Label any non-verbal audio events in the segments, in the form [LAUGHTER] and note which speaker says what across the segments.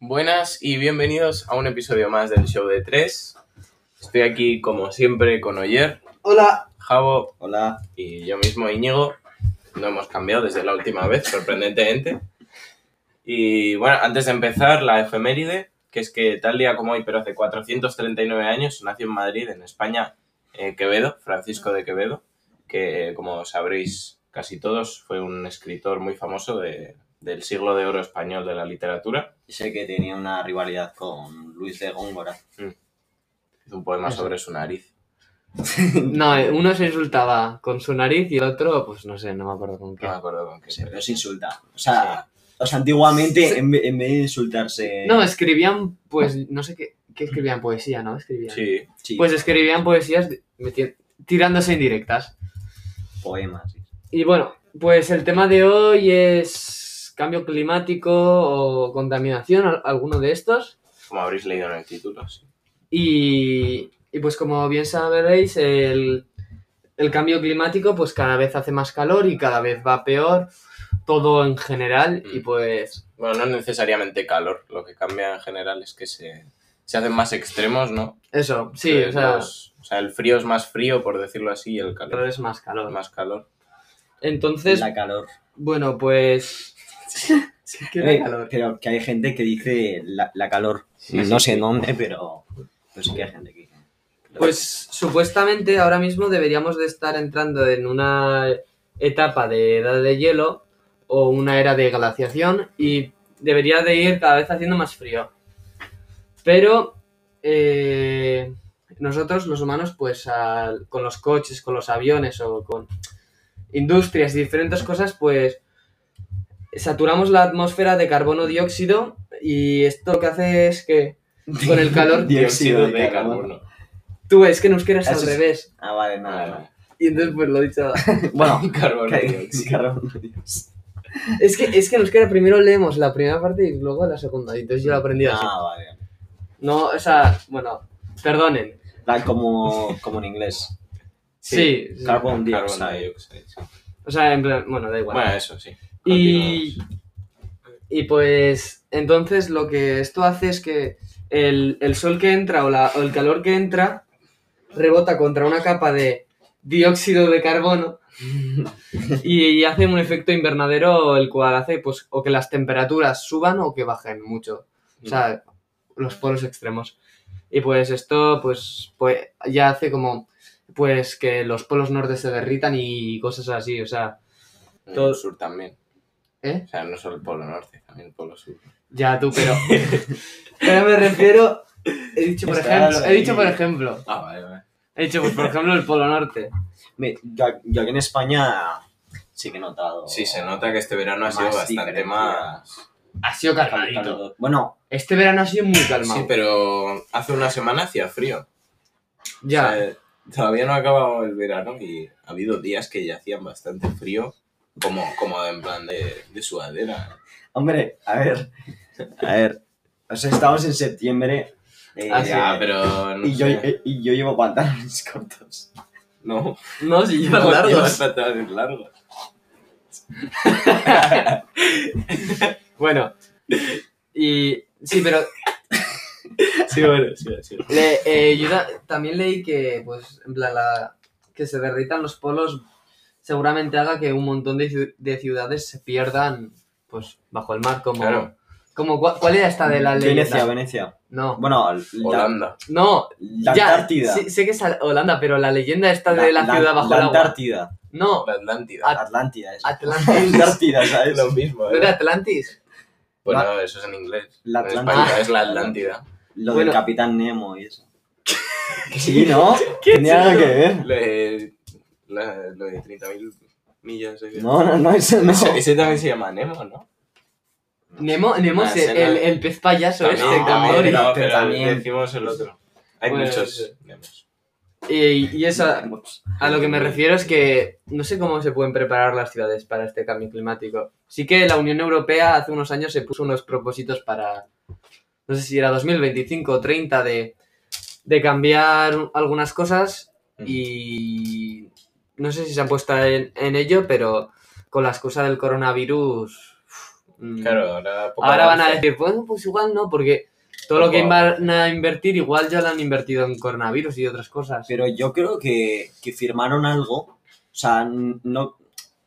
Speaker 1: Buenas y bienvenidos a un episodio más del Show de 3. Estoy aquí, como siempre, con Oyer,
Speaker 2: Hola.
Speaker 1: Javo
Speaker 2: Hola.
Speaker 1: y yo mismo, Íñigo. No hemos cambiado desde la última vez, sorprendentemente. Y bueno, antes de empezar, la efeméride, que es que tal día como hoy, pero hace 439 años, nació en Madrid, en España, eh, Quevedo, Francisco de Quevedo, que como sabréis casi todos, fue un escritor muy famoso de- del siglo de oro español de la literatura.
Speaker 2: Sé que tenía una rivalidad con Luis de Góngora.
Speaker 1: Hizo un poema
Speaker 3: Eso.
Speaker 1: sobre su nariz.
Speaker 3: No, eh, uno se insultaba con su nariz y el otro, pues no sé, no me acuerdo con qué.
Speaker 1: No me acuerdo con qué.
Speaker 2: Sí,
Speaker 1: pero-
Speaker 2: pero se insulta.
Speaker 1: Ah.
Speaker 2: O sea, o sea antiguamente, en, ve- en vez de insultarse.
Speaker 3: No, escribían, pues, no sé qué, qué escribían, poesía, ¿no? Escribían.
Speaker 1: Sí,
Speaker 2: sí,
Speaker 3: Pues escribían poesías de- meti- tirándose indirectas.
Speaker 2: poemas. sí.
Speaker 3: Y bueno, pues el tema de hoy es cambio climático o contaminación, al- alguno de estos.
Speaker 1: como habréis leído en el título. sí.
Speaker 3: Y, y pues como bien sabréis, el, el cambio climático pues cada vez hace más calor y cada vez va peor, todo en general. Y
Speaker 1: Mm.
Speaker 3: pues
Speaker 1: Bueno, no es necesariamente calor. Lo que cambia en general es que se, se hacen más extremos, ¿no?
Speaker 3: eso, sí,
Speaker 1: Que
Speaker 3: o sea...
Speaker 1: los- o sea, el frío es más frío, por decirlo así, y el
Speaker 3: Pero
Speaker 1: calor
Speaker 3: es más
Speaker 1: es
Speaker 3: calor.
Speaker 1: más calor.
Speaker 3: Entonces,
Speaker 2: la calor.
Speaker 3: bueno, pues. ¿Qué era
Speaker 2: Eh,
Speaker 3: calor?
Speaker 2: Pero que hay gente que dice la, la calor. no sé en dónde, pero. Pues sí que hay gente que dice.
Speaker 3: Pues supuestamente ahora mismo deberíamos de estar entrando en una etapa de edad de hielo o una era de glaciación y debería de ir cada vez haciendo más frío. Pero eh, nosotros los humanos, pues al- con los coches, con los aviones o con industrias y diferentes cosas, pues saturamos la atmósfera de carbono dióxido y esto lo que hace es que con el
Speaker 2: [LAUGHS]
Speaker 3: calor
Speaker 2: Dióxido de carbono.
Speaker 1: [LAUGHS]
Speaker 3: tú es que en euskera es al
Speaker 2: Eso es-
Speaker 3: revés.
Speaker 2: Ah, vale, nada.
Speaker 1: Nada,
Speaker 3: [LAUGHS] Y entonces, pues lo he dicho.
Speaker 2: nada.
Speaker 1: [LAUGHS]
Speaker 2: Bueno.
Speaker 1: carbono
Speaker 2: que- [LAUGHS]
Speaker 1: dióxido.
Speaker 2: carbono dióxido.
Speaker 3: Es que, es que nos queda primero leemos la primera parte y luego la segunda. Y entonces yo la aprendí así.
Speaker 2: Ah, vale.
Speaker 3: No, o sea, bueno, perdonen.
Speaker 2: Da como, como en inglés.
Speaker 3: Sí. sí.
Speaker 2: Carbon
Speaker 1: Carbono
Speaker 2: dioxide.
Speaker 1: dióxido, sí.
Speaker 3: O sea, en plan, bueno, da igual.
Speaker 1: Bueno, eso sí.
Speaker 3: y, y pues, entonces lo que esto hace es que el, el sol que entra o, la- o el calor que entra rebota contra una capa de dióxido de carbono [LAUGHS] y, hace un efecto invernadero el cual hace pues o que las temperaturas suban o que bajen mucho. O
Speaker 1: Continuamos.
Speaker 3: sea, los polos extremos. Y pues esto, pues, pues, ya hace como, pues, que los polos norte se derritan y cosas así, o sea,
Speaker 1: En el
Speaker 3: todo-
Speaker 1: sur también.
Speaker 3: ¿eh?
Speaker 1: O sea, no solo el polo norte, también el polo sur.
Speaker 3: Ya tú,
Speaker 1: [LAUGHS]
Speaker 3: pero... pero me refiero... He dicho, por
Speaker 2: Estás
Speaker 3: ejemplo, he dicho,
Speaker 2: ahí.
Speaker 3: por ejemplo,
Speaker 1: Ah, vale, vale.
Speaker 3: he dicho, pues, por ejemplo, el polo norte.
Speaker 2: Me- yo, yo aquí en España sí que he notado.
Speaker 1: Sí, se nota que este verano ha
Speaker 2: Más
Speaker 1: sido bastante
Speaker 2: diferencia.
Speaker 1: más...
Speaker 3: Ha sido calmadito.
Speaker 2: Calor. Bueno,
Speaker 3: Este verano ha sido muy calmado.
Speaker 1: Sí, pero hace una semana hacía frío.
Speaker 3: Ya,
Speaker 1: O sea, todavía no ha acabado el verano y ha habido días que ya hacían bastante frío, como, como en plan de, de sudadera.
Speaker 2: hombre, a ver. A ver. O sea, estamos en septiembre. eh,
Speaker 3: Ah, sí.
Speaker 1: Ya, pero no
Speaker 2: y, yo,
Speaker 1: sé.
Speaker 2: eh, y yo llevo pantalones [LAUGHS] cortos.
Speaker 1: No,
Speaker 3: no, [LAUGHS] si
Speaker 1: no
Speaker 3: llevas largos.
Speaker 1: [LAUGHS] llevas pantalones largos.
Speaker 3: Bueno, y... Sí, pero
Speaker 1: Sí, bueno, sí, sí.
Speaker 3: Le- eh, yo ta- también leí que, pues, en plan, la- que se derritan los polos seguramente haga que un montón de, ciu- de ciudades se pierdan, pues, bajo el mar, como...
Speaker 1: Claro. Mm,
Speaker 3: como cua- ¿Cuál era esta de la ley?
Speaker 2: Venecia, Venecia.
Speaker 3: No,
Speaker 2: Bueno, la,
Speaker 1: Holanda.
Speaker 3: no,
Speaker 2: la
Speaker 3: ya,
Speaker 2: Antártida.
Speaker 3: sí- sé que es a- Holanda, pero la leyenda esta de la, ciudad bajo
Speaker 2: la
Speaker 3: el agua.
Speaker 2: Antártida.
Speaker 3: No,
Speaker 1: La Atlántida.
Speaker 3: At-
Speaker 2: Atlántida. es.
Speaker 3: Atlantis.
Speaker 2: Antártida, ¿sabes?
Speaker 1: lo mismo.
Speaker 3: ¿No
Speaker 1: ¿eh?
Speaker 3: era Atlantis?
Speaker 1: Bueno, eso es en inglés.
Speaker 2: La
Speaker 1: en
Speaker 2: Atlántida.
Speaker 1: español es la Atlántida.
Speaker 2: Lo
Speaker 3: Bueno.
Speaker 2: del Capitán Nemo y eso. sí, ¿no? Tenía algo que ver.
Speaker 1: Lo de, la- lo de 30.000 millas. ¿eh?
Speaker 2: No, no, no, eso no.
Speaker 1: Ese, ese también se llama Nemo, ¿no?
Speaker 3: Nemo, Nemo
Speaker 1: Ah,
Speaker 3: es
Speaker 1: ese
Speaker 3: el,
Speaker 1: no.
Speaker 3: el, pez payaso
Speaker 1: También,
Speaker 3: este,
Speaker 1: también,
Speaker 3: Camori.
Speaker 2: Camori.
Speaker 1: no,
Speaker 2: Pero
Speaker 1: pero
Speaker 2: también-
Speaker 1: decimos el otro. Hay
Speaker 3: Bueno,
Speaker 1: muchos
Speaker 3: sí.
Speaker 1: Nemos.
Speaker 3: Y, y eso, A lo que me refiero es que no sé cómo se pueden preparar las ciudades para este cambio climático. Sí que la Unión Europea hace unos años se puso unos propósitos para, no sé si era 2025 o 30, de, de cambiar algunas cosas y no sé si se han puesto en, en ello, pero con la excusa del coronavirus uf, mm,
Speaker 1: Claro, ahora. poca
Speaker 3: Ahora van a
Speaker 1: avance.
Speaker 3: decir, bueno, pues igual no, porque todo lo que
Speaker 1: Igual.
Speaker 3: van a invertir igual ya lo han invertido en coronavirus y otras cosas.
Speaker 2: Pero yo creo que, que firmaron algo, o sea, n- no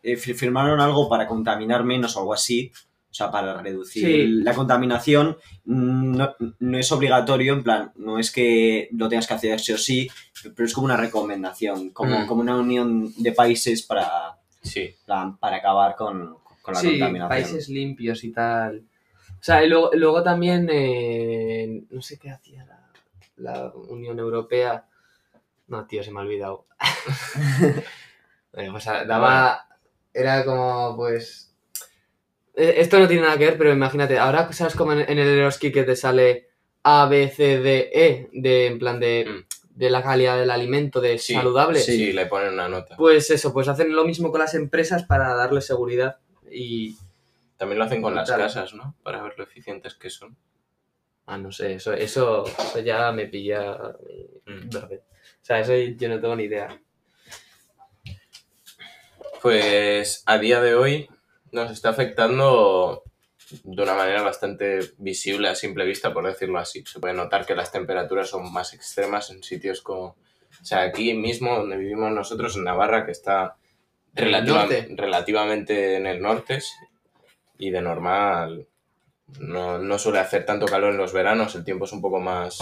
Speaker 2: eh, fir- firmaron algo para contaminar menos o algo así, o sea, para reducir
Speaker 3: Sí.
Speaker 2: la contaminación. mm, No, no es obligatorio, en plan, no es que lo tengas que hacer sí o sí, pero es como una recomendación, como,
Speaker 3: Mm.
Speaker 2: como una unión de países para,
Speaker 1: Sí.
Speaker 2: plan, para acabar con, con la
Speaker 3: sí,
Speaker 2: contaminación.
Speaker 3: países limpios y tal. O sea, y luego, luego también, eh, no sé qué hacía la, la Unión Europea. No, tío, se me ha olvidado.
Speaker 2: [LAUGHS]
Speaker 3: bueno, pues a- daba, era como, pues... eh, Esto no tiene nada que ver, pero imagínate, ahora sabes como en, en el Eroski que te sale A, B, C, D, E, de, en plan de,
Speaker 2: Mm.
Speaker 3: de la calidad del alimento, de
Speaker 1: Sí,
Speaker 3: saludable.
Speaker 1: Sí, le ponen una nota.
Speaker 3: Pues eso, pues hacen lo mismo con las empresas para darle seguridad y...
Speaker 1: También lo hacen con las
Speaker 3: Claro.
Speaker 1: casas, ¿no? Para ver lo eficientes que son.
Speaker 3: Ah, no sé, eso, eso, eso ya me pilla eh,
Speaker 1: Mm.
Speaker 3: verde. O sea, eso yo no tengo ni idea.
Speaker 1: Pues a día de hoy nos está afectando de una manera bastante visible a simple vista, por decirlo así. Se puede notar que las temperaturas son más extremas en sitios como... O sea, aquí mismo donde vivimos nosotros, en Navarra, que está
Speaker 3: En el
Speaker 1: relativa-
Speaker 3: norte.
Speaker 1: relativamente en el norte sí. y de normal no, no suele hacer tanto calor en los veranos, el tiempo es un poco más...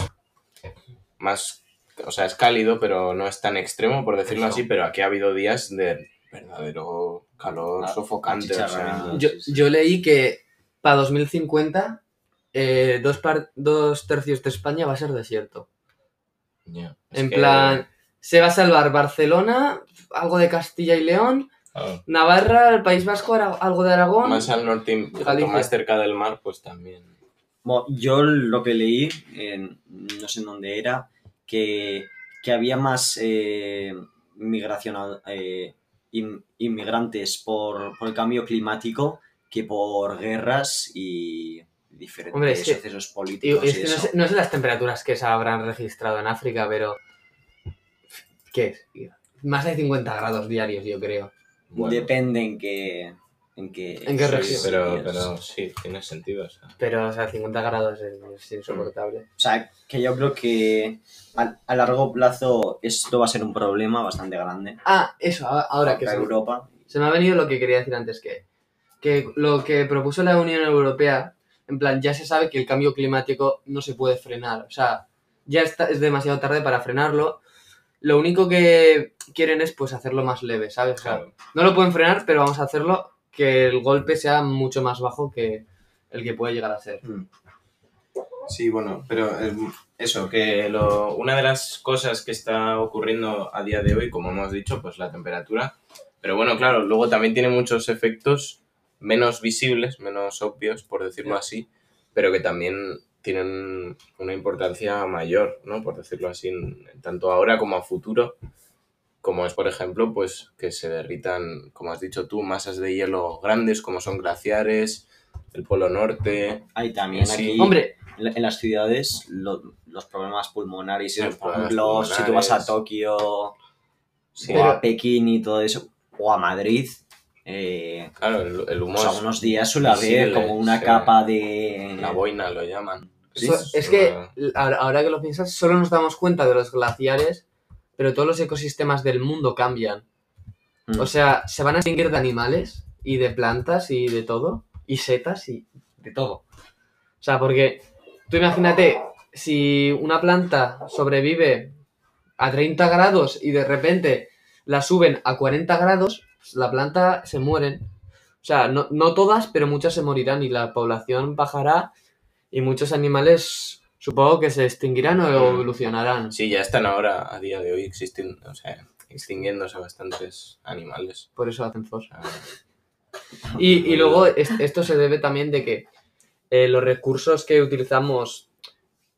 Speaker 1: más o sea, es cálido, pero no es tan extremo, por decirlo
Speaker 3: Eso.
Speaker 1: así, pero aquí ha habido días de verdadero calor
Speaker 2: Ah,
Speaker 1: sofocante. o sea,
Speaker 2: achicharramiento.
Speaker 3: Yo, yo leí que para 2050 eh, dos, par- dos tercios de España va a ser desierto.
Speaker 1: ya. Es
Speaker 3: En
Speaker 1: que-
Speaker 3: plan, se va a salvar Barcelona, algo de Castilla y León,
Speaker 1: Ah,
Speaker 3: Navarra, el País Vasco, Ara- algo de Aragón.
Speaker 1: Más al norte, cuanto
Speaker 3: Galicia.
Speaker 1: más cerca del mar, pues también.
Speaker 2: Bueno, yo lo que leí, en- no sé en dónde era, que, que había más eh, migración, a- eh, in- inmigrantes por, por el cambio climático que por guerras y diferentes
Speaker 3: Hombre, es que-
Speaker 2: sucesos
Speaker 3: Tío,
Speaker 2: políticos.
Speaker 3: es
Speaker 2: y
Speaker 3: que no
Speaker 2: eso.
Speaker 3: sé, no sé las temperaturas que se habrán registrado en África, pero... ¿Qué es? tío? Más de 50 grados diarios, yo creo.
Speaker 1: Bueno,
Speaker 2: Depende en qué, en qué,
Speaker 3: En qué
Speaker 2: sí,
Speaker 1: sí, pero,
Speaker 3: región.
Speaker 2: sí,
Speaker 1: pero sí, tiene sentido. o sea.
Speaker 3: Pero, o sea, 50 grados es, es insoportable.
Speaker 2: O sea, que yo creo que a, a largo plazo esto va a ser un problema bastante grande
Speaker 3: Ah, eso, a- ahora que
Speaker 2: para
Speaker 3: se,
Speaker 2: Europa.
Speaker 3: se me ha venido lo que quería decir antes que, que lo que propuso la Unión Europea, en plan, ya se sabe que el cambio climático no se puede frenar. O sea, ya está, es demasiado tarde para frenarlo. Lo único que quieren es pues hacerlo más leve, ¿sabes? O sea,
Speaker 1: Claro.
Speaker 3: no lo pueden frenar, pero vamos a hacerlo que el golpe sea mucho más bajo que el que puede llegar a ser.
Speaker 1: Mm. Sí, bueno, pero eh, eso, que Eh, lo- una de las cosas que está ocurriendo a día de hoy, como hemos dicho, pues la temperatura. Pero bueno, claro, luego también tiene muchos efectos menos visibles, menos obvios, por decirlo así, pero que también tienen una importancia mayor, ¿no? Por decirlo así, en- en tanto ahora como a futuro, como es, por ejemplo, pues que se derritan, como has dicho tú, masas de hielo grandes como son glaciares, el Polo Norte,
Speaker 2: Hay también
Speaker 1: Sí.
Speaker 2: aquí...
Speaker 3: Hombre,
Speaker 2: en la- en las ciudades lo- los problemas pulmonares, y
Speaker 1: Los
Speaker 2: eso, por
Speaker 1: problemas
Speaker 2: ejemplo, si tú vas a
Speaker 1: pulmonares.
Speaker 2: Tokio
Speaker 1: Sí.
Speaker 2: o
Speaker 3: Pero-
Speaker 2: a Pekín y todo eso, o a Madrid, eh,
Speaker 1: claro, el, el
Speaker 2: o
Speaker 1: humo
Speaker 2: sea,
Speaker 1: es-
Speaker 2: unos días suele haber
Speaker 1: visible,
Speaker 2: como una
Speaker 1: sí.
Speaker 2: capa de...
Speaker 1: La boina lo llaman.
Speaker 2: Sí,
Speaker 3: So-
Speaker 2: sí,
Speaker 3: es que
Speaker 1: una-
Speaker 3: l- ahora, ahora que lo piensas, solo nos damos cuenta de los glaciares, pero todos los ecosistemas del mundo cambian.
Speaker 2: Mm.
Speaker 3: O sea, se van a extinguir de animales y de plantas y de todo, y setas y de todo. O sea, porque tú imagínate, si una planta sobrevive a 30 grados y de repente la suben a 40 grados, pues la planta se mueren. O sea, no, no todas, pero muchas se morirán y la población bajará y muchos animales supongo que se extinguirán o
Speaker 1: Mm.
Speaker 3: evolucionarán.
Speaker 1: Sí, ya están ahora, a día de hoy, existen, o sea, extinguiéndose bastantes animales.
Speaker 3: Por eso hacen fos.
Speaker 1: O sea,
Speaker 3: Y, y luego es- esto se debe también de que eh, los recursos que utilizamos,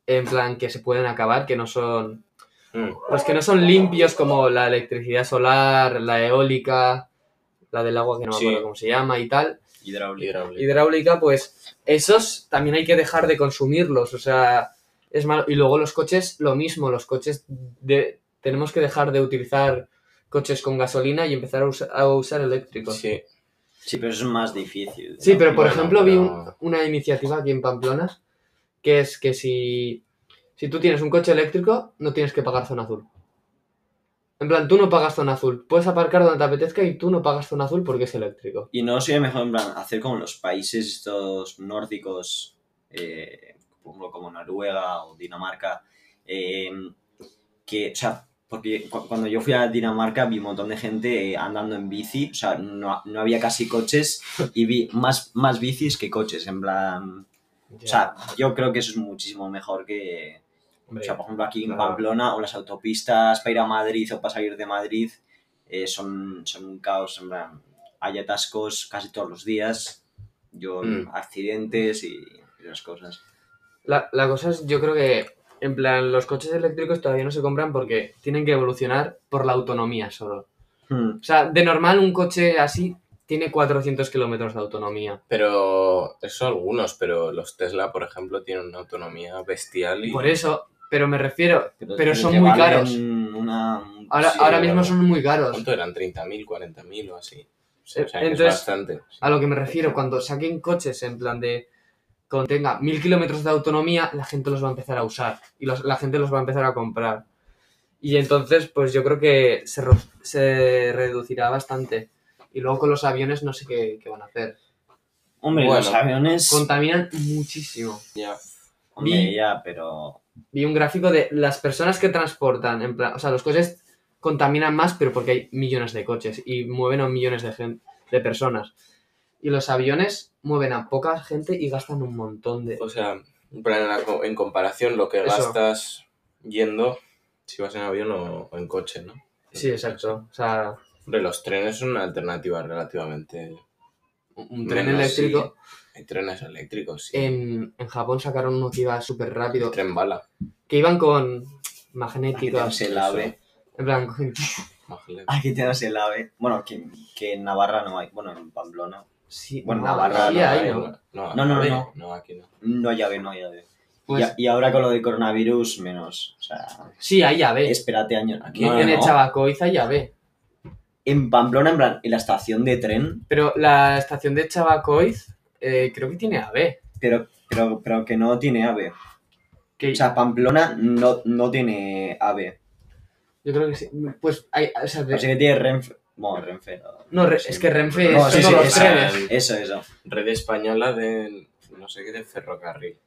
Speaker 3: en plan que se pueden acabar, que no son.
Speaker 1: mm,
Speaker 3: Los que no son limpios como la electricidad solar, la eólica, la del agua que no me
Speaker 1: Sí.
Speaker 3: acuerdo cómo se llama y tal,
Speaker 2: hidráulica.
Speaker 1: hidráulico.
Speaker 3: hidráulica, pues esos también hay que dejar de consumirlos. O sea, es malo. Y luego los coches, lo mismo, los coches de, tenemos que dejar de utilizar coches con gasolina y empezar a, usa- a usar eléctricos.
Speaker 1: Sí,
Speaker 2: Sí, pero eso es más difícil.
Speaker 3: Sí, pero por
Speaker 1: Bueno,
Speaker 3: ejemplo vi un-
Speaker 1: pero-
Speaker 3: una iniciativa aquí en Pamplona que es que si, si tú tienes un coche eléctrico no tienes que pagar zona azul. En plan, tú no pagas zona azul. Puedes aparcar donde te apetezca y tú no pagas zona azul porque es eléctrico.
Speaker 2: Y no sería mejor, en plan, hacer como los países estos nórdicos, eh, por ejemplo, como Noruega o Dinamarca, eh, que, o sea, porque cu- cuando yo fui a Dinamarca vi un montón de gente eh, andando en bici, o sea, no, ha- no había casi coches y vi más, más bicis que coches, en plan, o sea, yo creo que eso es muchísimo mejor que, o
Speaker 1: Hombre,
Speaker 2: sea, por ejemplo, aquí en
Speaker 1: claro.
Speaker 2: Pamplona o las autopistas para ir a Madrid o para salir de Madrid eh, son, son un caos. En plan, hay atascos casi todos los días, yo,
Speaker 1: Mm.
Speaker 2: accidentes y, y esas cosas.
Speaker 3: La, la cosa es, yo creo que, en plan, los coches eléctricos todavía no se compran porque tienen que evolucionar por la autonomía solo. O sea, de normal un coche así tiene 400 kilómetros de autonomía.
Speaker 1: Pero eso algunos, pero los Tesla, por ejemplo, tienen una autonomía bestial y
Speaker 3: Por eso, pero me refiero,
Speaker 2: Pero,
Speaker 3: son
Speaker 2: que
Speaker 3: muy
Speaker 2: valen
Speaker 3: caros.
Speaker 2: una- un-
Speaker 3: ahora,
Speaker 1: Sí,
Speaker 3: ahora mismo
Speaker 1: claro.
Speaker 3: son muy caros.
Speaker 1: ¿Cuánto eran? ¿30.000, 40.000 o así? O sea,
Speaker 3: Eh,
Speaker 1: o sea, que
Speaker 3: entonces-
Speaker 1: es bastante.
Speaker 3: A lo que me refiero, cuando saquen coches en plan de contenga mil kilómetros de autonomía, la gente los va a empezar a usar y los- la gente los va a empezar a comprar. Y entonces, pues yo creo que se, ro- se reducirá bastante. Y luego con los aviones no sé qué, qué van a hacer.
Speaker 2: Hombre,
Speaker 1: Bueno,
Speaker 2: los aviones.
Speaker 3: Contaminan muchísimo.
Speaker 1: Ya.
Speaker 2: Hombre,
Speaker 3: y-
Speaker 2: ya, pero.
Speaker 3: Vi un gráfico de las personas que transportan, en plan, o sea, los coches contaminan más, pero porque hay millones de coches y mueven a millones de, gen- de personas. Y los aviones mueven a poca gente y gastan un montón de...
Speaker 1: O sea, en plan, en la co- en comparación, lo que
Speaker 3: Eso.
Speaker 1: gastas yendo, si vas en avión o, o en coche, ¿no?
Speaker 3: Sí, exacto. O sea,
Speaker 1: Hombre, los trenes son una alternativa relativamente.
Speaker 3: un tren
Speaker 1: Menos
Speaker 3: eléctrico.
Speaker 1: Hay trenes eléctricos,
Speaker 3: Eh,
Speaker 1: sí.
Speaker 3: En, en Japón sacaron uno que iba súper rápido,
Speaker 1: El tren bala.
Speaker 3: que iban con
Speaker 2: Aquí
Speaker 3: magnéticos.
Speaker 2: tenemos el ave.
Speaker 3: En plan, con-
Speaker 1: más
Speaker 3: Ah,
Speaker 1: leve.
Speaker 2: Aquí tenemos el ave. Bueno, que, que en Navarra no hay. Bueno, en Pamplona.
Speaker 3: sí,
Speaker 2: Bueno,
Speaker 3: no,
Speaker 2: Navarra,
Speaker 3: sí
Speaker 2: no,
Speaker 3: hay,
Speaker 1: hay,
Speaker 3: ¿no?
Speaker 1: No,
Speaker 2: No, no,
Speaker 1: a ver,
Speaker 2: no.
Speaker 1: No, aquí no.
Speaker 2: No hay ave, no hay ave.
Speaker 3: Pues
Speaker 2: Y, y ahora con lo de coronavirus, menos. O sea,
Speaker 3: sí, hay llave.
Speaker 2: espérate años.
Speaker 1: Aquí
Speaker 2: No, no,
Speaker 3: en
Speaker 2: no.
Speaker 3: el Chabacoiz hay llave.
Speaker 2: En Pamplona, en plan, en la estación de tren,
Speaker 3: Pero la estación de Chabacoiz eh, creo que tiene ave.
Speaker 2: pero, pero, pero que no tiene ave.
Speaker 3: Que
Speaker 2: O sea, Pamplona no, no tiene ave.
Speaker 3: yo creo que sí. Pues hay, o sea, de-
Speaker 2: Así que tiene Renfe. Bueno, Renfe. No,
Speaker 3: no, re-
Speaker 2: Sí.
Speaker 3: es que Renfe
Speaker 2: No,
Speaker 3: es
Speaker 2: sí, sí,
Speaker 3: todos los
Speaker 2: esa-
Speaker 3: trenes.
Speaker 2: Eso, eso.
Speaker 1: Red española de. No sé qué, de ferrocarril.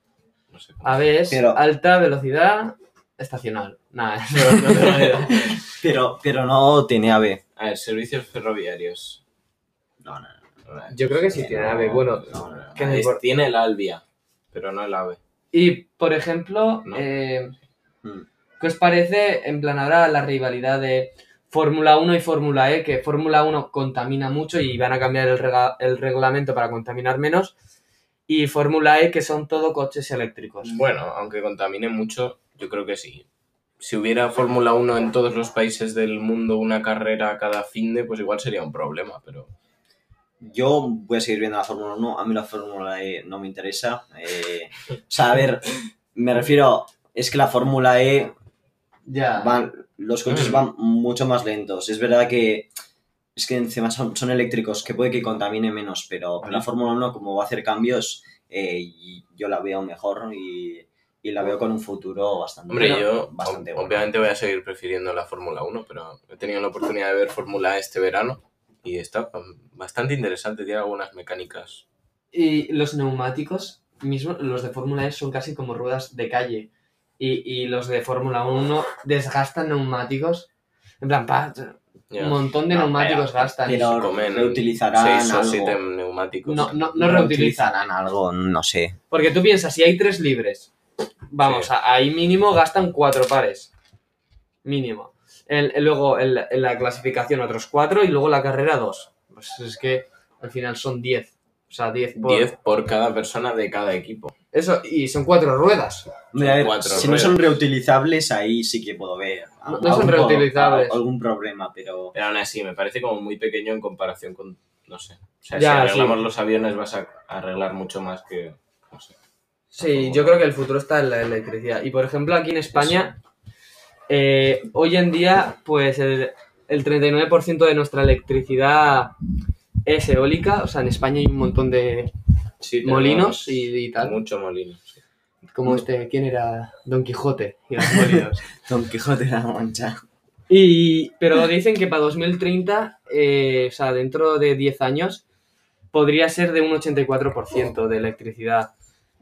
Speaker 1: No sé cómo.
Speaker 3: A ver, es
Speaker 2: Pero-
Speaker 3: alta velocidad estacional. Nada, [LAUGHS]
Speaker 2: Pero, pero no tiene ave.
Speaker 1: A ver, servicios ferroviarios.
Speaker 2: No, no, no.
Speaker 3: yo creo que sí tiene ave. Bueno,
Speaker 1: No, no, no.
Speaker 3: que me
Speaker 1: Es-
Speaker 3: por-
Speaker 1: tiene el Albia, pero no el AVE.
Speaker 3: Y, por ejemplo,
Speaker 1: No.
Speaker 3: eh,
Speaker 2: Mm.
Speaker 3: ¿qué os parece, en plan, ahora la rivalidad de Fórmula 1 y Fórmula E? Que Fórmula 1 contamina mucho y van a cambiar el, rega- el reglamento para contaminar menos. Y Fórmula E, que son todo coches eléctricos.
Speaker 1: Bueno, aunque contamine mucho, yo creo que sí. Si hubiera Fórmula 1 en todos los países del mundo, una carrera cada fin de, pues igual sería un problema, pero
Speaker 2: Yo voy a seguir viendo la Fórmula 1. A mí la Fórmula E no me interesa. Eh, o sea, a ver, me refiero. Es que la Fórmula E
Speaker 3: Ya.
Speaker 2: van, los coches
Speaker 1: Mm.
Speaker 2: van mucho más lentos. Es verdad que es que encima son, son eléctricos, que puede que contamine menos, pero la Fórmula 1 como va a hacer cambios, eh, y yo la veo mejor y, y la veo con un futuro bastante
Speaker 1: Hombre,
Speaker 2: bueno,
Speaker 1: yo
Speaker 2: bastante
Speaker 1: ob-
Speaker 2: bueno.
Speaker 1: obviamente voy a seguir prefiriendo la Fórmula 1, pero he tenido la oportunidad de ver Fórmula E este verano y está mm, bastante interesante, tiene algunas mecánicas.
Speaker 3: Y los neumáticos, mismo, los de Fórmula E son casi como ruedas de calle. Y, y los de Fórmula 1 desgastan neumáticos. En plan, pa,
Speaker 1: Ya.
Speaker 3: un montón de
Speaker 2: No,
Speaker 3: neumáticos
Speaker 2: pero-
Speaker 3: gastan.
Speaker 2: pero-
Speaker 1: Comen
Speaker 2: Reutilizarán
Speaker 1: seis o
Speaker 2: algo.
Speaker 1: siete neumáticos.
Speaker 3: No, no, no reutilizan.
Speaker 2: Reutilizarán algo, ah, no sé.
Speaker 3: Porque tú piensas, si hay tres libres, vamos,
Speaker 1: Sí.
Speaker 3: a- ahí mínimo gastan cuatro pares. Mínimo. El- el- luego en la- en la clasificación otros cuatro y luego la carrera dos. Pues es que al final son diez. O sea, diez por...
Speaker 1: 10 por cada persona de cada equipo.
Speaker 3: Eso, y son cuatro ruedas.
Speaker 2: Hombre, a ver,
Speaker 1: cuatro
Speaker 2: si no son
Speaker 1: ruedas.
Speaker 2: reutilizables, ahí sí que puedo ver.
Speaker 3: No- no
Speaker 2: algún
Speaker 3: son
Speaker 2: pro-
Speaker 3: reutilizables.
Speaker 2: a- algún problema, pero.
Speaker 1: Pero aún así, me parece como muy pequeño en comparación con, no sé. O sea,
Speaker 3: Ya,
Speaker 1: si arreglamos
Speaker 3: sí.
Speaker 1: los aviones vas a arreglar mucho más que, no sé.
Speaker 3: Sí, yo creo que el futuro está en la electricidad. Y por ejemplo, aquí en España, eh, hoy en día, pues el, el 39% de nuestra electricidad es eólica, o sea, en España hay un montón de
Speaker 1: Sí, tenemos
Speaker 3: molinos y, y tal.
Speaker 1: Mucho molino. sí.
Speaker 3: Como este, ¿quién era? Don Quijote y los molinos.
Speaker 2: Don Quijote de la Mancha.
Speaker 3: Y, pero dicen que para 2030, eh, o sea, dentro de 10 años, podría ser de un 84% de electricidad.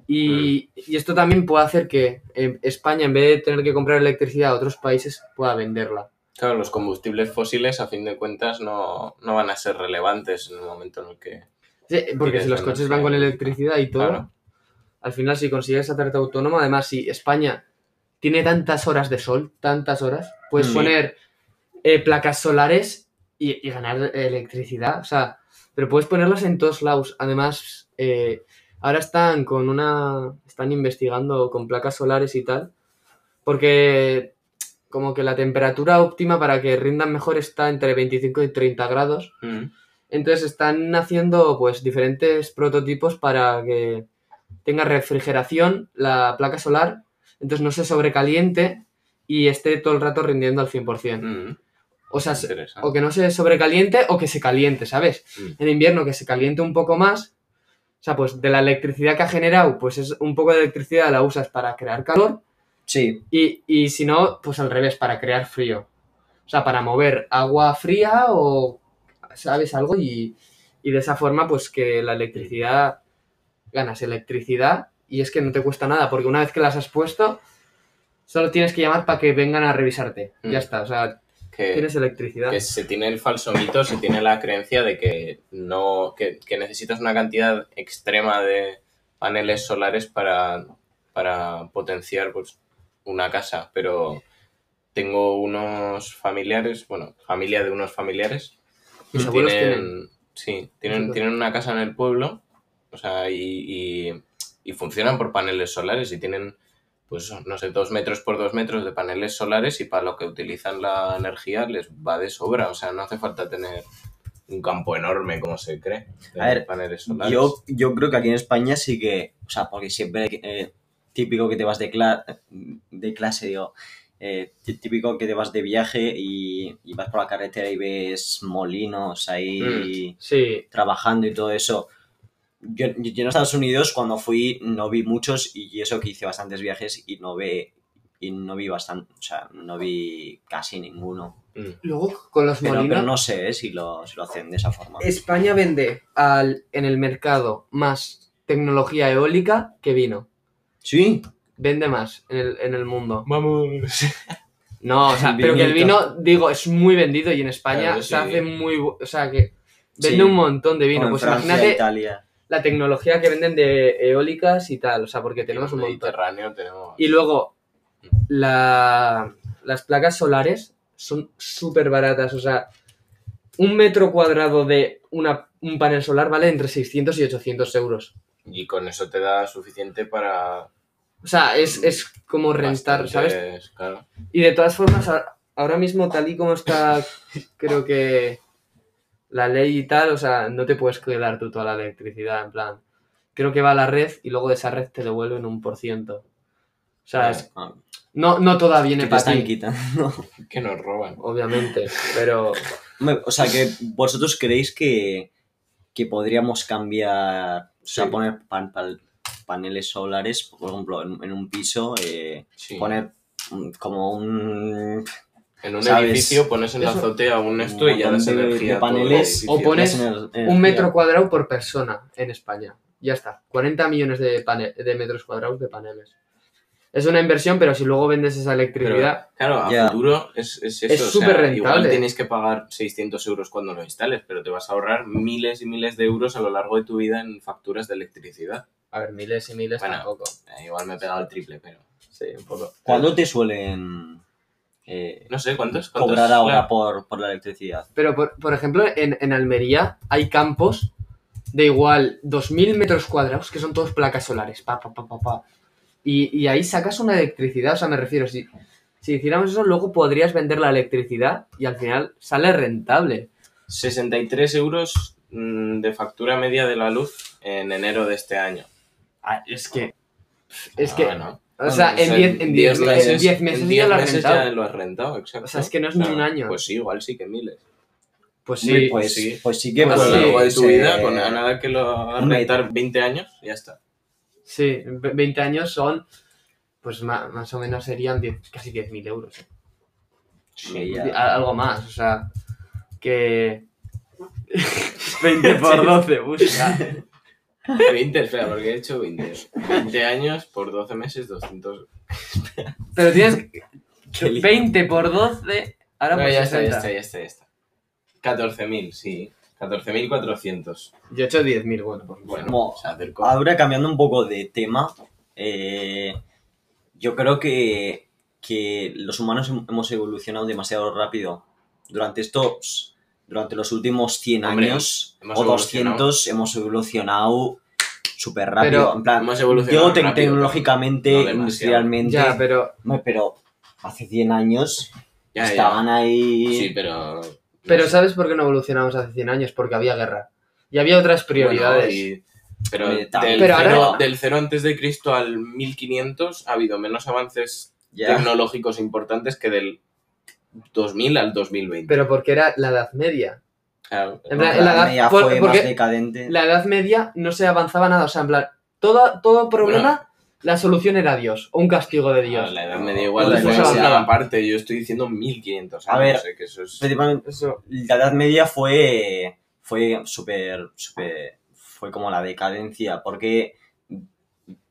Speaker 3: Y, y esto también puede hacer que eh, España, en vez de tener que comprar electricidad a otros países, pueda venderla.
Speaker 1: Claro, los combustibles fósiles, a fin de cuentas, no, no van a ser relevantes en el momento en el que.
Speaker 3: Sí, Porque si los coches van con electricidad y todo,
Speaker 1: Claro.
Speaker 3: al final si consigues hacerte autónoma, además si España tiene tantas horas de sol, tantas horas, puedes
Speaker 1: Sí.
Speaker 3: poner eh, placas solares y, y ganar electricidad, o sea, pero puedes ponerlas en todos lados. Además, eh, ahora están con una, están investigando con placas solares y tal, porque como que la temperatura óptima para que rindan mejor está entre 25 y 30 grados.
Speaker 1: Mm.
Speaker 3: Entonces están haciendo pues diferentes prototipos para que tenga refrigeración la placa solar, entonces no se sobrecaliente y esté todo el rato rindiendo al 100%.
Speaker 1: Mm.
Speaker 3: O sea, se-
Speaker 1: Interesante.
Speaker 3: o que no se sobrecaliente o que se caliente, ¿sabes?
Speaker 1: Mm.
Speaker 3: En invierno que se caliente un poco más, o sea, pues de la electricidad que ha generado, pues es un poco de electricidad la usas para crear calor
Speaker 2: Sí,
Speaker 3: y, y si no, pues al revés, para crear frío. O sea, para mover agua fría o, ¿sabes? Algo y, y de esa forma, pues que la electricidad, ganas electricidad y es que no te cuesta nada, porque una vez que las has puesto, solo tienes que llamar para que vengan a revisarte.
Speaker 1: Mm.
Speaker 3: Ya está, o sea,
Speaker 1: Que-
Speaker 3: tienes electricidad.
Speaker 1: que se tiene el falso mito, se tiene la creencia de que no que, que necesitas una cantidad extrema de paneles solares para, para potenciar pues, una casa, pero tengo unos familiares, bueno, familia de unos familiares
Speaker 3: Mis
Speaker 1: que
Speaker 3: abuelos
Speaker 1: tienen,
Speaker 3: tienen.
Speaker 1: sí, tienen,
Speaker 3: Chico.
Speaker 1: tienen una casa en el pueblo, o sea, y, y- y funcionan por paneles solares y tienen, pues, no sé, dos metros por dos metros de paneles solares y para lo que utilizan la energía les va de sobra, o sea, no hace falta tener un campo enorme como se cree de
Speaker 2: A ver,
Speaker 1: paneles solares.
Speaker 2: yo, yo creo que aquí en España sí que, o sea, porque siempre eh, típico que te vas de, cla- de clase, digo, eh, tí- típico que te vas de viaje y, y vas por la carretera y ves molinos ahí
Speaker 3: Mm. Sí,
Speaker 2: trabajando y todo eso. Yo, yo en Estados Unidos cuando fui no vi muchos y eso que hice bastantes viajes y no ve y no vi bastante, o sea, no vi casi ninguno.
Speaker 1: Mm.
Speaker 3: luego con los
Speaker 2: Pero,
Speaker 3: molinos...
Speaker 2: pero no sé eh, si, lo, si lo hacen de esa forma.
Speaker 3: España vende al, en el mercado más tecnología eólica que vino.
Speaker 2: Sí,
Speaker 3: Vende más en el, en el mundo.
Speaker 1: [LAUGHS] Vamos.
Speaker 3: No, o sea, pero que el
Speaker 2: Vinito.
Speaker 3: vino, digo, es muy vendido y en España
Speaker 1: Claro, sí.
Speaker 3: se hace muy. bu- O sea, que vende
Speaker 2: Sí.
Speaker 3: un montón de vino.
Speaker 2: como en
Speaker 3: Pues
Speaker 2: Francia,
Speaker 3: imagínate
Speaker 2: Italia.
Speaker 3: la tecnología que venden de eólicas y tal, o sea, porque tenemos un montón.
Speaker 1: Mediterráneo, tenemos...
Speaker 3: Y luego, la- las placas solares son súper baratas, o sea, un metro cuadrado de una- un panel solar vale entre 600 y 800 euros.
Speaker 1: Y con eso te da suficiente para...
Speaker 3: O sea, es, es como rentar, ¿sabes?
Speaker 1: bastantes- claro.
Speaker 3: Y de todas formas, a- ahora mismo, tal y como está, creo que la ley y tal, o sea, no te puedes quedar tú toda la electricidad, en plan. Creo que va a la red y luego de esa red te devuelven un por ciento. O sea, es-
Speaker 2: Ah,
Speaker 3: no, no toda viene
Speaker 2: que te
Speaker 3: para
Speaker 2: están
Speaker 3: ti,
Speaker 2: quitando.
Speaker 1: Que nos roban.
Speaker 3: obviamente, pero
Speaker 2: Hombre, O sea, que vosotros creéis que, que podríamos cambiar, o sea,
Speaker 1: Sí.
Speaker 2: poner pan- pal- paneles solares, por ejemplo, en, en un piso, eh,
Speaker 1: Sí.
Speaker 2: poner mm, como un...
Speaker 1: En un
Speaker 2: ¿Sabes?
Speaker 1: edificio pones en la
Speaker 3: Eso.
Speaker 1: azotea un esto
Speaker 2: Un
Speaker 1: y ya
Speaker 2: montón
Speaker 1: das
Speaker 2: de-
Speaker 1: energía.
Speaker 2: de
Speaker 1: a todo el
Speaker 2: paneles.
Speaker 1: edificio.
Speaker 3: O pones
Speaker 2: en el- en el-
Speaker 3: un metro cuadrado por persona en España. Ya está, 40 millones de, pane- de metros cuadrados de paneles. Es una inversión, pero si luego vendes esa
Speaker 1: Pero,
Speaker 3: electricidad,
Speaker 1: claro, a
Speaker 2: Ya.
Speaker 1: futuro es, es eso.
Speaker 3: Es
Speaker 1: o sea,
Speaker 3: súper rentable.
Speaker 1: Igual tienes que pagar 600 euros cuando lo instales, pero te vas a ahorrar miles y miles de euros a lo largo de tu vida en facturas de electricidad.
Speaker 3: a ver, miles y miles
Speaker 1: Bueno.
Speaker 3: tampoco.
Speaker 1: Eh, igual me he pegado el triple, pero.
Speaker 3: Sí, un poco.
Speaker 2: ¿Cuándo te suelen eh,
Speaker 1: No sé, ¿cuántos? cuántos
Speaker 2: cobrar ahora
Speaker 1: claro.
Speaker 2: por, por la electricidad?
Speaker 3: Pero, por, por ejemplo, en, en Almería hay campos de igual 2.000 metros cuadrados que son todos placas solares. Pa, pa, pa, pa, pa. Y, y ahí sacas una electricidad. O sea, me refiero, si, si hiciéramos eso, luego podrías vender la electricidad y al final sale rentable.
Speaker 1: 63 euros mm, de factura media de la luz en enero de este año.
Speaker 3: es que. Es
Speaker 1: Ah,
Speaker 3: que.
Speaker 1: bueno.
Speaker 3: O sea,
Speaker 1: Bueno,
Speaker 3: en
Speaker 1: pues
Speaker 3: 10 en diez- en diez meses,
Speaker 1: en
Speaker 3: ya
Speaker 1: 10
Speaker 3: lo has
Speaker 1: meses
Speaker 3: rentado.
Speaker 1: ya lo has rentado, exacto.
Speaker 3: O sea, es que no es ni un año.
Speaker 1: Pues sí, igual sí que miles.
Speaker 2: Pues
Speaker 1: Sí,
Speaker 2: sí, pues
Speaker 1: sí.
Speaker 2: sí, pues sí que
Speaker 1: a
Speaker 3: Pues
Speaker 1: lo
Speaker 2: pues,
Speaker 1: largo de tu
Speaker 2: se-
Speaker 1: vida, con a nada que lo hagas
Speaker 2: Me-
Speaker 1: rentar 20 años, ya está.
Speaker 3: Sí, ve- 20 años son, pues ma- más, o menos serían 10 casi 10.000 euros. ¿eh?
Speaker 1: [LAUGHS]
Speaker 2: Sí,
Speaker 3: Di-
Speaker 2: ya.
Speaker 3: a- Algo más, o sea, que... 20 por 12, busca.
Speaker 1: 20, espera, porque he hecho 20. 20 años por 12 meses, 200.
Speaker 3: Pero tienes
Speaker 2: Qué li-
Speaker 3: 20 por 12, ahora
Speaker 1: No,
Speaker 3: pues
Speaker 1: ya está, ya
Speaker 3: 60.
Speaker 1: está, ya está, ya está. 14.000, sí. 14.400.
Speaker 3: Yo he hecho 10.000, bueno, pues bueno.
Speaker 1: Bueno,
Speaker 2: Mo-
Speaker 1: se acercó.
Speaker 2: Ahora cambiando un poco de tema, eh, yo creo que, que los humanos hem- hemos evolucionado demasiado rápido. Durante estos, durante los últimos 100
Speaker 1: Hombre,
Speaker 2: años
Speaker 1: hemos
Speaker 2: o
Speaker 1: evolucionado.
Speaker 2: 200 hemos evolucionado súper rápido.
Speaker 3: Pero
Speaker 2: en plan,
Speaker 1: hemos evolucionado
Speaker 2: digo, te-
Speaker 1: rápido,
Speaker 2: tecnológicamente,
Speaker 1: pero no demasiado.
Speaker 2: industrialmente,
Speaker 3: Ya, pero,
Speaker 2: hombre, pero hace 100 años
Speaker 1: Ya, ya.
Speaker 2: estaban ahí...
Speaker 1: Sí, pero.
Speaker 3: pero ¿sabes por qué no evolucionamos hace 100 años? Porque había guerra. Y había otras prioridades.
Speaker 1: Bueno, y- pero,
Speaker 2: Hombre,
Speaker 1: del,
Speaker 2: también.
Speaker 3: Pero
Speaker 1: cero,
Speaker 3: ahora-
Speaker 1: del cero antes de Cristo al 1500 ha habido menos avances
Speaker 2: ya.
Speaker 1: tecnológicos importantes que del 2000 al 2020.
Speaker 3: Pero porque era la Edad Media.
Speaker 1: Claro.
Speaker 3: En plan,
Speaker 2: La
Speaker 3: en la,
Speaker 2: media
Speaker 3: edad,
Speaker 2: fue
Speaker 3: por-
Speaker 2: más
Speaker 3: porque
Speaker 2: decadente.
Speaker 3: la Edad Media no se avanzaba nada. O sea, en plan, todo, todo problema, la solución era Dios. O un castigo de Dios.
Speaker 1: Ah, la edad media igual,
Speaker 3: No,
Speaker 1: la
Speaker 3: no
Speaker 1: edad
Speaker 3: se
Speaker 1: media
Speaker 3: hablaba.
Speaker 1: aparte, yo estoy diciendo 1500
Speaker 2: pues A
Speaker 1: años,
Speaker 2: ver,
Speaker 1: eh, que eso es-
Speaker 2: Principalmente,
Speaker 3: Eso.
Speaker 2: la Edad Media fue, fue súper, súper, fue como la decadencia, porque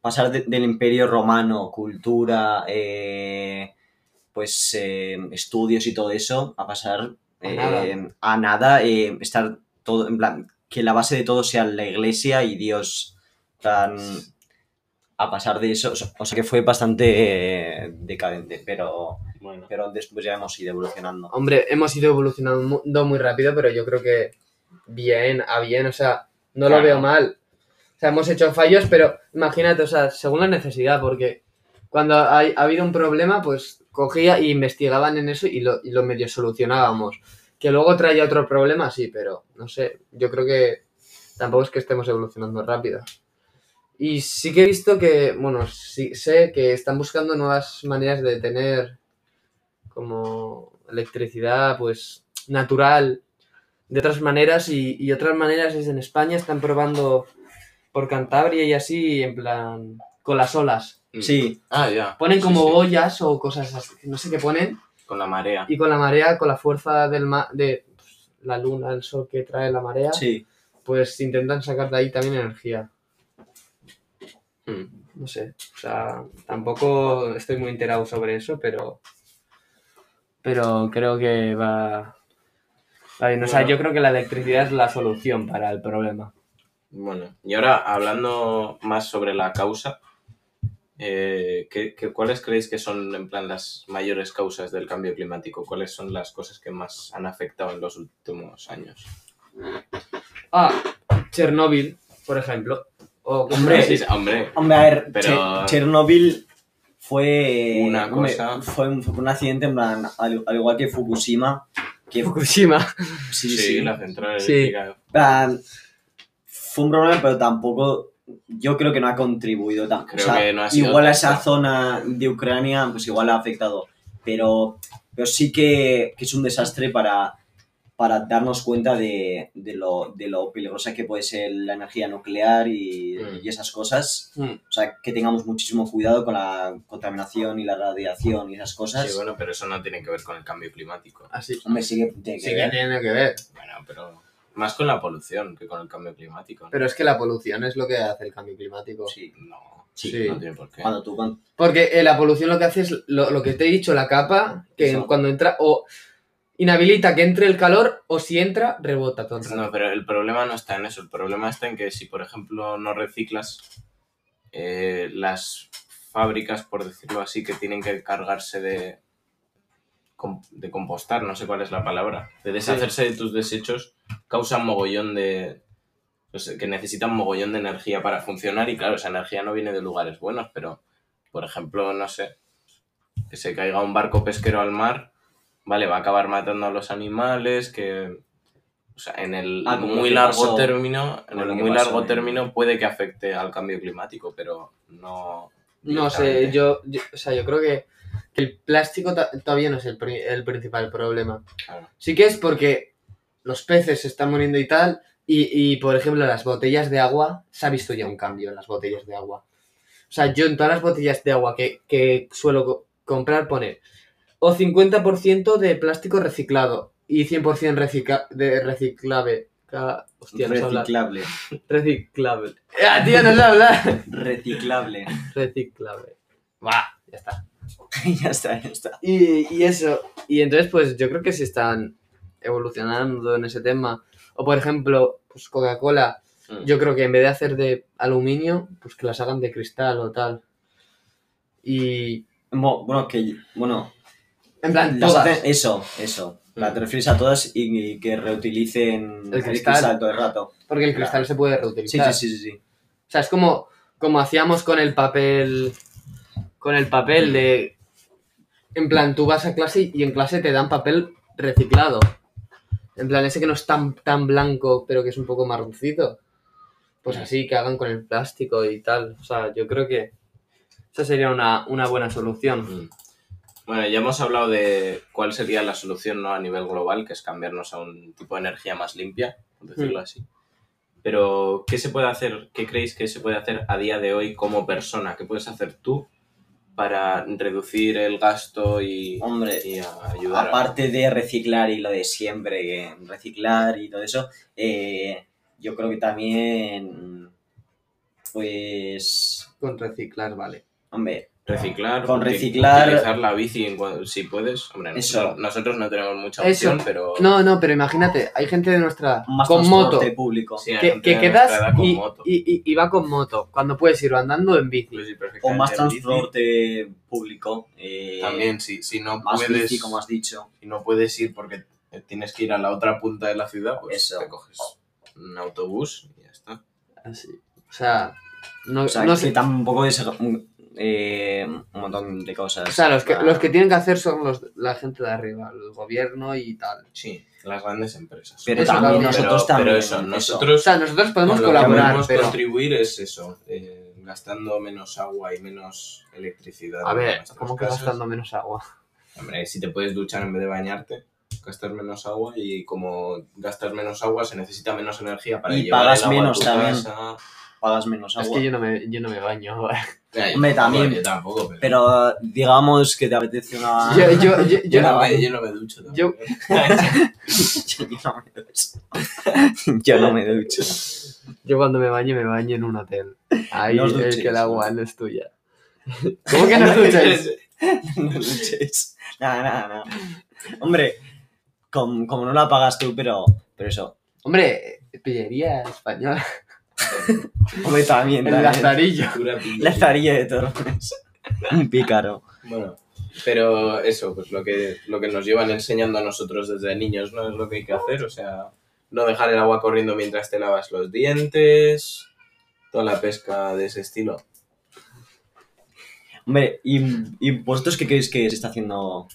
Speaker 2: pasar de- del imperio romano, cultura, eh, pues eh, estudios y todo eso, a pasar
Speaker 3: A
Speaker 2: eh,
Speaker 3: nada.
Speaker 2: a nada, eh, estar todo, en plan, que la base de todo sea la iglesia y Dios, tan, a pasar de eso, o sea que fue bastante eh, decadente, pero,
Speaker 1: bueno.
Speaker 2: pero después ya hemos ido evolucionando.
Speaker 3: Hombre, hemos ido evolucionando mu- no muy rápido, pero yo creo que bien, a bien, o sea, no
Speaker 1: Claro.
Speaker 3: lo veo mal. O sea, hemos hecho fallos, pero imagínate, o sea, según la necesidad, porque cuando ha, ha habido un problema, pues cogía y investigaban en eso y lo, y lo medio solucionábamos. Que luego traía otro problema, sí, pero no sé, yo creo que tampoco es que estemos evolucionando rápido. Y sí que he visto que, bueno, sí, sé que están buscando nuevas maneras de tener como electricidad pues natural de otras maneras y, y otras maneras es en España están probando por Cantabria y así en plan con las olas
Speaker 2: mm. Sí,
Speaker 1: Ah, ya.
Speaker 3: ponen
Speaker 1: Sí,
Speaker 3: como
Speaker 1: sí,
Speaker 3: ollas o cosas así no sé qué ponen
Speaker 1: Con la marea.
Speaker 3: y con la marea con la fuerza del ma de pues, la luna el sol que trae la marea
Speaker 2: sí.
Speaker 3: pues intentan sacar de ahí también energía
Speaker 1: Mm.
Speaker 3: no sé o sea tampoco estoy muy enterado sobre eso pero pero creo que va va bien. o sea
Speaker 1: Bueno.
Speaker 3: yo creo que la electricidad es la solución para el problema
Speaker 1: Bueno, y ahora hablando más sobre la causa, eh, ¿qué- qué- cuáles creéis que son en plan las mayores causas del cambio climático? ¿Cuáles son las cosas que más han afectado en los últimos años?
Speaker 3: Ah, Chernóbil, por ejemplo. O
Speaker 2: Hombre,
Speaker 1: Sí, sí, hombre,
Speaker 2: Hombre, a ver,
Speaker 1: Pero-
Speaker 2: Che- Chernobyl fue.
Speaker 1: Una
Speaker 2: hombre,
Speaker 1: cosa.
Speaker 2: Fue un, fue un accidente, en plan, al, al igual que Fukushima. Que,
Speaker 3: Fukushima.
Speaker 2: sí,
Speaker 1: sí,
Speaker 2: sí.
Speaker 1: la central
Speaker 3: Sí.
Speaker 1: eléctrica.
Speaker 2: En plan, fue un problema, pero tampoco. Yo creo que no ha contribuido tan-
Speaker 1: Creo que no ha sido
Speaker 2: igual a
Speaker 1: tanto.
Speaker 2: esa zona de Ucrania, pues igual ha afectado. Pero, pero sí que, que es un desastre para, para darnos cuenta de, de lo, de lo peligrosa que puede ser la energía nuclear y-
Speaker 1: Mm.
Speaker 2: y esas cosas.
Speaker 3: Mm.
Speaker 2: O sea, que tengamos muchísimo cuidado con la contaminación y la radiación y esas cosas.
Speaker 1: Sí, bueno, pero eso no tiene que ver con el cambio climático.
Speaker 3: Así.
Speaker 2: Hombre, sí que tiene que
Speaker 3: Sí que
Speaker 2: ver.
Speaker 3: tiene que ver.
Speaker 1: Bueno, pero más con la polución que con el cambio climático. ¿no?
Speaker 3: Pero es que la polución es lo que hace el cambio climático.
Speaker 2: Sí.
Speaker 1: No,
Speaker 2: Sí.
Speaker 3: Sí.
Speaker 1: no tiene por qué.
Speaker 2: Cuando tú... cuando-
Speaker 3: Porque eh, la polución lo que hace es lo, lo que te he dicho, la capa, que
Speaker 2: Eso.
Speaker 3: cuando entra o inhabilita que entre el calor o si entra, rebota todo el rato.
Speaker 1: No, pero el problema no está en eso. El problema está en que si, por ejemplo, no reciclas, eh, las fábricas, por decirlo así, que tienen que cargarse de, com- de compostar, no sé cuál es la palabra, de deshacerse de tus desechos, causan mogollón de... pues, que necesitan mogollón de energía para funcionar y claro, esa energía no viene de lugares buenos, pero, por ejemplo, no sé, que se caiga un barco pesquero al mar, vale, va a acabar matando a los animales, que... O sea, en el
Speaker 2: Ah, como lo
Speaker 1: muy
Speaker 2: que
Speaker 1: largo
Speaker 2: pasó-
Speaker 1: término, en
Speaker 2: como
Speaker 1: el
Speaker 2: lo que
Speaker 1: muy
Speaker 2: pasó
Speaker 1: largo
Speaker 2: en-
Speaker 1: término puede que afecte al cambio climático, pero no...
Speaker 3: No sé,
Speaker 1: directamente.
Speaker 3: yo, yo- o sea, yo creo que el plástico ta- todavía no es el, pri- el principal problema.
Speaker 1: Claro.
Speaker 3: Sí que es porque los peces se están muriendo y tal. Y, y, por ejemplo, las botellas de agua, se ha visto ya un cambio en las botellas de agua. O sea, yo en todas las botellas de agua que, que suelo co- comprar poner o 50% de plástico reciclado y 100% recicla- de reciclable. Ca- Hostia, no sé hablar.
Speaker 2: Reciclable.
Speaker 3: Reciclable. ¡Ah, tío, no sé hablar! [LAUGHS]
Speaker 2: Reciclable. [LAUGHS]
Speaker 3: reciclable. Va, ya está.
Speaker 2: ya está, ya está.
Speaker 3: Y, y eso. Y entonces, pues yo creo que sí están evolucionando en ese tema. O por ejemplo, pues Coca-Cola.
Speaker 1: Mm.
Speaker 3: Yo creo que en vez de hacer de aluminio, pues que las hagan de cristal o tal. Y.
Speaker 2: Mo- Bueno, que. Bueno,
Speaker 3: En plan,
Speaker 2: las
Speaker 3: Ah, todas. Mm.
Speaker 2: hacen- eso, eso. La te refieres a todas y, y que reutilicen
Speaker 3: El cristal.
Speaker 2: todo el rato.
Speaker 3: Porque el
Speaker 2: Claro.
Speaker 3: cristal se puede
Speaker 2: Sí,
Speaker 3: reutilizar.
Speaker 2: sí, sí, sí, sí.
Speaker 3: O sea, es como, como hacíamos con el papel. Con el papel de. En plan, tú vas a clase y en clase te dan papel reciclado. En plan, ese que no es tan, tan blanco, pero que es un poco marroncito. Pues así, que hagan con el plástico y tal. O sea, yo creo que. Esa sería una, una buena solución.
Speaker 1: Mm. Bueno, ya hemos hablado de cuál sería la solución ¿no? a nivel global, que es cambiarnos a un tipo de energía más limpia, por
Speaker 3: Mm.
Speaker 1: decirlo así. Pero, ¿qué se puede hacer? ¿Qué creéis que se puede hacer a día de hoy como persona? ¿Qué puedes hacer tú para reducir el gasto y,
Speaker 2: Hombre,
Speaker 1: y a- ayudar a-
Speaker 2: aparte de reciclar y lo de siempre, que reciclar y todo eso, eh, yo creo que también, pues,
Speaker 3: Con reciclar, vale.
Speaker 2: hombre,
Speaker 1: reciclar?
Speaker 2: Con
Speaker 1: uti-
Speaker 2: reciclar-
Speaker 1: Utilizar la bici en cua- si puedes. Hombre,
Speaker 2: Eso.
Speaker 1: nosotros, nosotros no tenemos mucha
Speaker 3: Eso.
Speaker 1: opción, pero...
Speaker 3: No, no, pero imagínate, hay gente de nuestra edad
Speaker 2: más
Speaker 3: con moto.
Speaker 2: transporte público.
Speaker 1: Sí, hay
Speaker 3: Que,
Speaker 1: gente
Speaker 3: que
Speaker 1: de nuestra
Speaker 3: quedas
Speaker 1: edad con
Speaker 3: y,
Speaker 1: moto.
Speaker 3: y- y- y va con moto. Cuando puedes ir andando en bici.
Speaker 1: Puedes ir
Speaker 2: O
Speaker 1: perfectamente
Speaker 2: más
Speaker 1: en bici.
Speaker 2: transporte público. eh,
Speaker 1: También, si, si no
Speaker 2: Más
Speaker 1: puedes...
Speaker 2: bici, como has dicho.
Speaker 1: y no puedes ir porque tienes que ir a la otra punta de la ciudad, pues
Speaker 2: Eso.
Speaker 1: te coges un autobús y ya está.
Speaker 3: Así. O sea, no,
Speaker 2: O sea,
Speaker 3: no
Speaker 2: que
Speaker 3: sé.
Speaker 2: tampoco es eh, un montón de cosas. Ah,
Speaker 3: O sea, los que,
Speaker 2: para-
Speaker 3: los que tienen que hacer son los, la gente de arriba, el gobierno y tal.
Speaker 1: Sí, las grandes empresas.
Speaker 2: Pero
Speaker 3: Eso
Speaker 2: también,
Speaker 3: también.
Speaker 2: nosotros
Speaker 1: Pero-
Speaker 2: también.
Speaker 1: pero eso,
Speaker 2: eso.
Speaker 3: O
Speaker 1: nosotros
Speaker 3: sea, nosotros podemos
Speaker 1: con lo que
Speaker 3: colaborar,
Speaker 1: podemos
Speaker 3: pero...
Speaker 1: contribuir es eso, eh, gastando menos agua y menos electricidad.
Speaker 3: A
Speaker 1: en
Speaker 3: ver,
Speaker 1: nuestras
Speaker 3: ¿cómo que
Speaker 1: casas.
Speaker 3: gastando menos agua?
Speaker 1: Hombre, si te puedes duchar en vez de bañarte, gastas menos agua y como gastas menos agua se necesita menos energía para
Speaker 2: Y
Speaker 1: llevar
Speaker 2: pagas
Speaker 1: el agua
Speaker 2: menos
Speaker 1: a tu
Speaker 2: también.
Speaker 1: casa.
Speaker 2: Pagas menos agua.
Speaker 3: Es que yo no me, yo no me baño.
Speaker 1: Ah. Ay,
Speaker 2: Hombre, también.
Speaker 1: bueno, Eh, yo tampoco, pero...
Speaker 2: Pero digamos que te apetece una.
Speaker 3: [LAUGHS] [LAUGHS] Yo, yo, yo,
Speaker 1: [LAUGHS] yo,
Speaker 3: yo-
Speaker 1: no me, yo no me ducho
Speaker 3: Yo-
Speaker 1: tampoco.
Speaker 2: [LAUGHS] Yo no me ducho. [LAUGHS] Yo no me ducho.
Speaker 3: yo cuando me baño, me baño en un hotel. Ahí
Speaker 2: No os
Speaker 3: es
Speaker 2: duchéis,
Speaker 3: que el
Speaker 2: no.
Speaker 3: agua no es tuya. [LAUGHS] ¿Cómo que
Speaker 1: [LAUGHS]
Speaker 3: no
Speaker 2: [LAUGHS]
Speaker 3: os ducháis?
Speaker 2: No duches. Nada, nada, nada. Hombre, com- como no la pagas tú, pero, pero eso.
Speaker 3: Hombre, pillería española.
Speaker 2: Hombre, también.
Speaker 3: El
Speaker 2: también.
Speaker 3: lazarillo.
Speaker 2: [LAUGHS]
Speaker 1: Pura pilla.
Speaker 2: Lazarilla de torres. Un pícaro.
Speaker 1: Bueno, pero eso, pues lo que, lo que nos llevan enseñando a nosotros desde niños, ¿no? Es lo que hay que hacer, o sea, no dejar el agua corriendo mientras te lavas los dientes, toda la pesca de ese estilo.
Speaker 2: Hombre, ¿y, y vosotros qué creéis que se está haciendo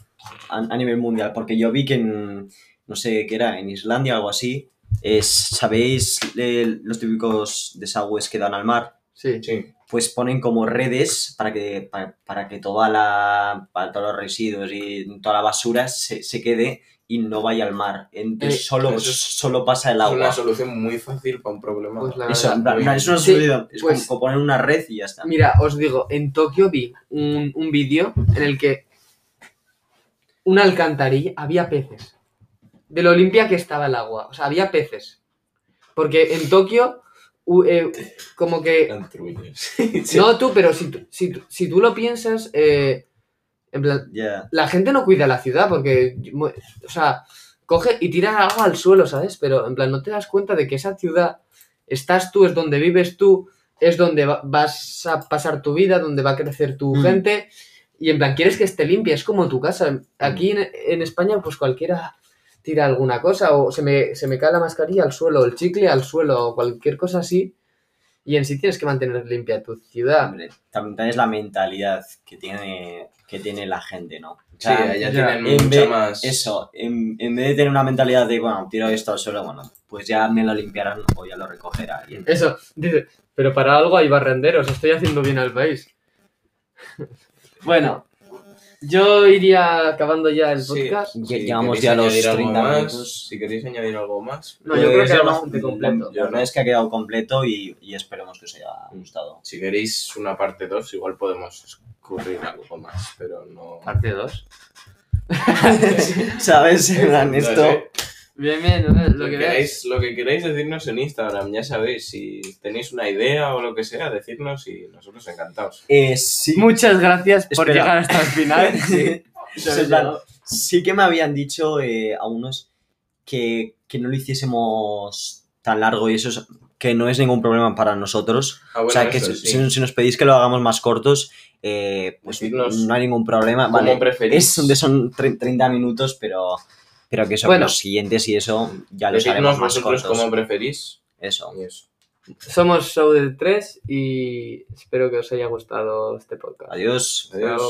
Speaker 2: a, a nivel mundial? Porque yo vi que en, no sé qué era, en Islandia o algo así, es, ¿sabéis eh, los típicos desagües que dan al mar?
Speaker 3: Sí.
Speaker 1: Sí.
Speaker 2: Pues ponen como redes para que, para, para que toda la, para todos los residuos y toda la basura se, se quede y no vaya al mar. Entonces
Speaker 3: Eh,
Speaker 2: solo,
Speaker 1: eso es-
Speaker 2: solo pasa el
Speaker 1: Es una
Speaker 2: agua.
Speaker 1: solución muy fácil para un problema.
Speaker 3: Pues la
Speaker 2: Eso,
Speaker 3: verdad.
Speaker 2: en plan- en
Speaker 1: [LAUGHS]
Speaker 2: plan, es una
Speaker 3: Sí,
Speaker 2: solución. es
Speaker 3: pues-
Speaker 2: como poner una red y ya está.
Speaker 3: Mira, os digo, en Tokio vi un, un vídeo en el que una alcantarilla había peces. De lo limpia que estaba el agua. O sea, había peces. Porque en Tokio, u- eh, como que.
Speaker 1: Tan truños. [LAUGHS]
Speaker 3: No tú, pero si, tú- si, tú- si tú lo piensas, eh, en plan,
Speaker 2: Ya.
Speaker 3: la gente no cuida la ciudad porque. mu- O sea, coge y tira agua al suelo, ¿sabes? Pero en plan, no te das cuenta de que esa ciudad estás tú, es donde vives tú, es donde va- vas a pasar tu vida, donde va a crecer tu
Speaker 2: Mm.
Speaker 3: gente. Y en plan, quieres que esté limpia, es como tu casa. Aquí en, en España, pues cualquiera tira alguna cosa, o se me, se me cae la mascarilla al suelo, el chicle al suelo, o cualquier cosa así. Y en sí tienes que mantener limpia tu ciudad.
Speaker 2: Hombre, también también es la mentalidad que tiene, que tiene la gente, ¿no? O
Speaker 1: Sí,
Speaker 2: sea,
Speaker 1: allá
Speaker 3: ya,
Speaker 1: tienen
Speaker 2: en
Speaker 1: mucha
Speaker 2: vez-
Speaker 1: más...
Speaker 2: Eso, en, en vez de tener una mentalidad de, bueno, tiro esto al suelo, bueno, pues ya me lo limpiarán o ya lo recogerá alguien.
Speaker 3: Eso, dice, pero para algo hay barrenderos, estoy haciendo bien al país. bueno, Yo iría acabando ya el
Speaker 1: Sí.
Speaker 3: podcast.
Speaker 2: Ya-
Speaker 1: Si
Speaker 2: Llevamos
Speaker 1: queréis
Speaker 2: ya los
Speaker 1: añadir algo
Speaker 2: 30
Speaker 1: más,
Speaker 2: minutos.
Speaker 1: Si queréis añadir algo más.
Speaker 3: No, yo creo
Speaker 2: Pues
Speaker 3: que era
Speaker 2: no,
Speaker 3: bastante completo. Mm.
Speaker 2: La verdad es que ha quedado completo y, y esperemos que os haya gustado. [LAUGHS]
Speaker 1: Si queréis una parte 2, igual podemos escurrir algo más, pero no...
Speaker 3: Parte 2.
Speaker 2: ¿Sabes? En plan,
Speaker 1: No
Speaker 2: esto.
Speaker 1: sé.
Speaker 3: [LAUGHS] Bien, bien, ¿no? lo
Speaker 1: Lo
Speaker 3: que
Speaker 1: que,
Speaker 3: veáis.
Speaker 1: queréis, lo que queréis decirnos en Instagram, ya sabéis, si tenéis una idea o lo que sea, decirnos y nosotros encantados.
Speaker 2: Eh, sí.
Speaker 4: Muchas gracias por
Speaker 2: Espera.
Speaker 4: llegar hasta el final.
Speaker 2: [LAUGHS] Sí.
Speaker 3: Se
Speaker 2: Es
Speaker 3: habéis
Speaker 2: en plan,
Speaker 3: llegado.
Speaker 2: sí que me habían dicho eh, a unos que, que no lo hiciésemos tan largo y eso es, que no es ningún problema para nosotros.
Speaker 1: Ah, bueno,
Speaker 2: o sea, que
Speaker 1: eso,
Speaker 2: si,
Speaker 1: sí.
Speaker 2: si- si nos pedís que lo hagamos más cortos, eh, pues
Speaker 1: Decidnos
Speaker 2: no hay ningún problema.
Speaker 1: Como
Speaker 2: Vale,
Speaker 1: preferís.
Speaker 2: es donde son tre- 30 minutos, pero, pero que son
Speaker 3: Bueno.
Speaker 2: los siguientes y eso ya los haremos
Speaker 1: Decidnos
Speaker 2: más
Speaker 1: vosotros
Speaker 2: cortos.
Speaker 1: cómo preferís.
Speaker 2: Eso.
Speaker 1: y eso.
Speaker 3: Somos Show del 3 y espero que os haya gustado este podcast.
Speaker 2: Adiós.
Speaker 1: Adiós.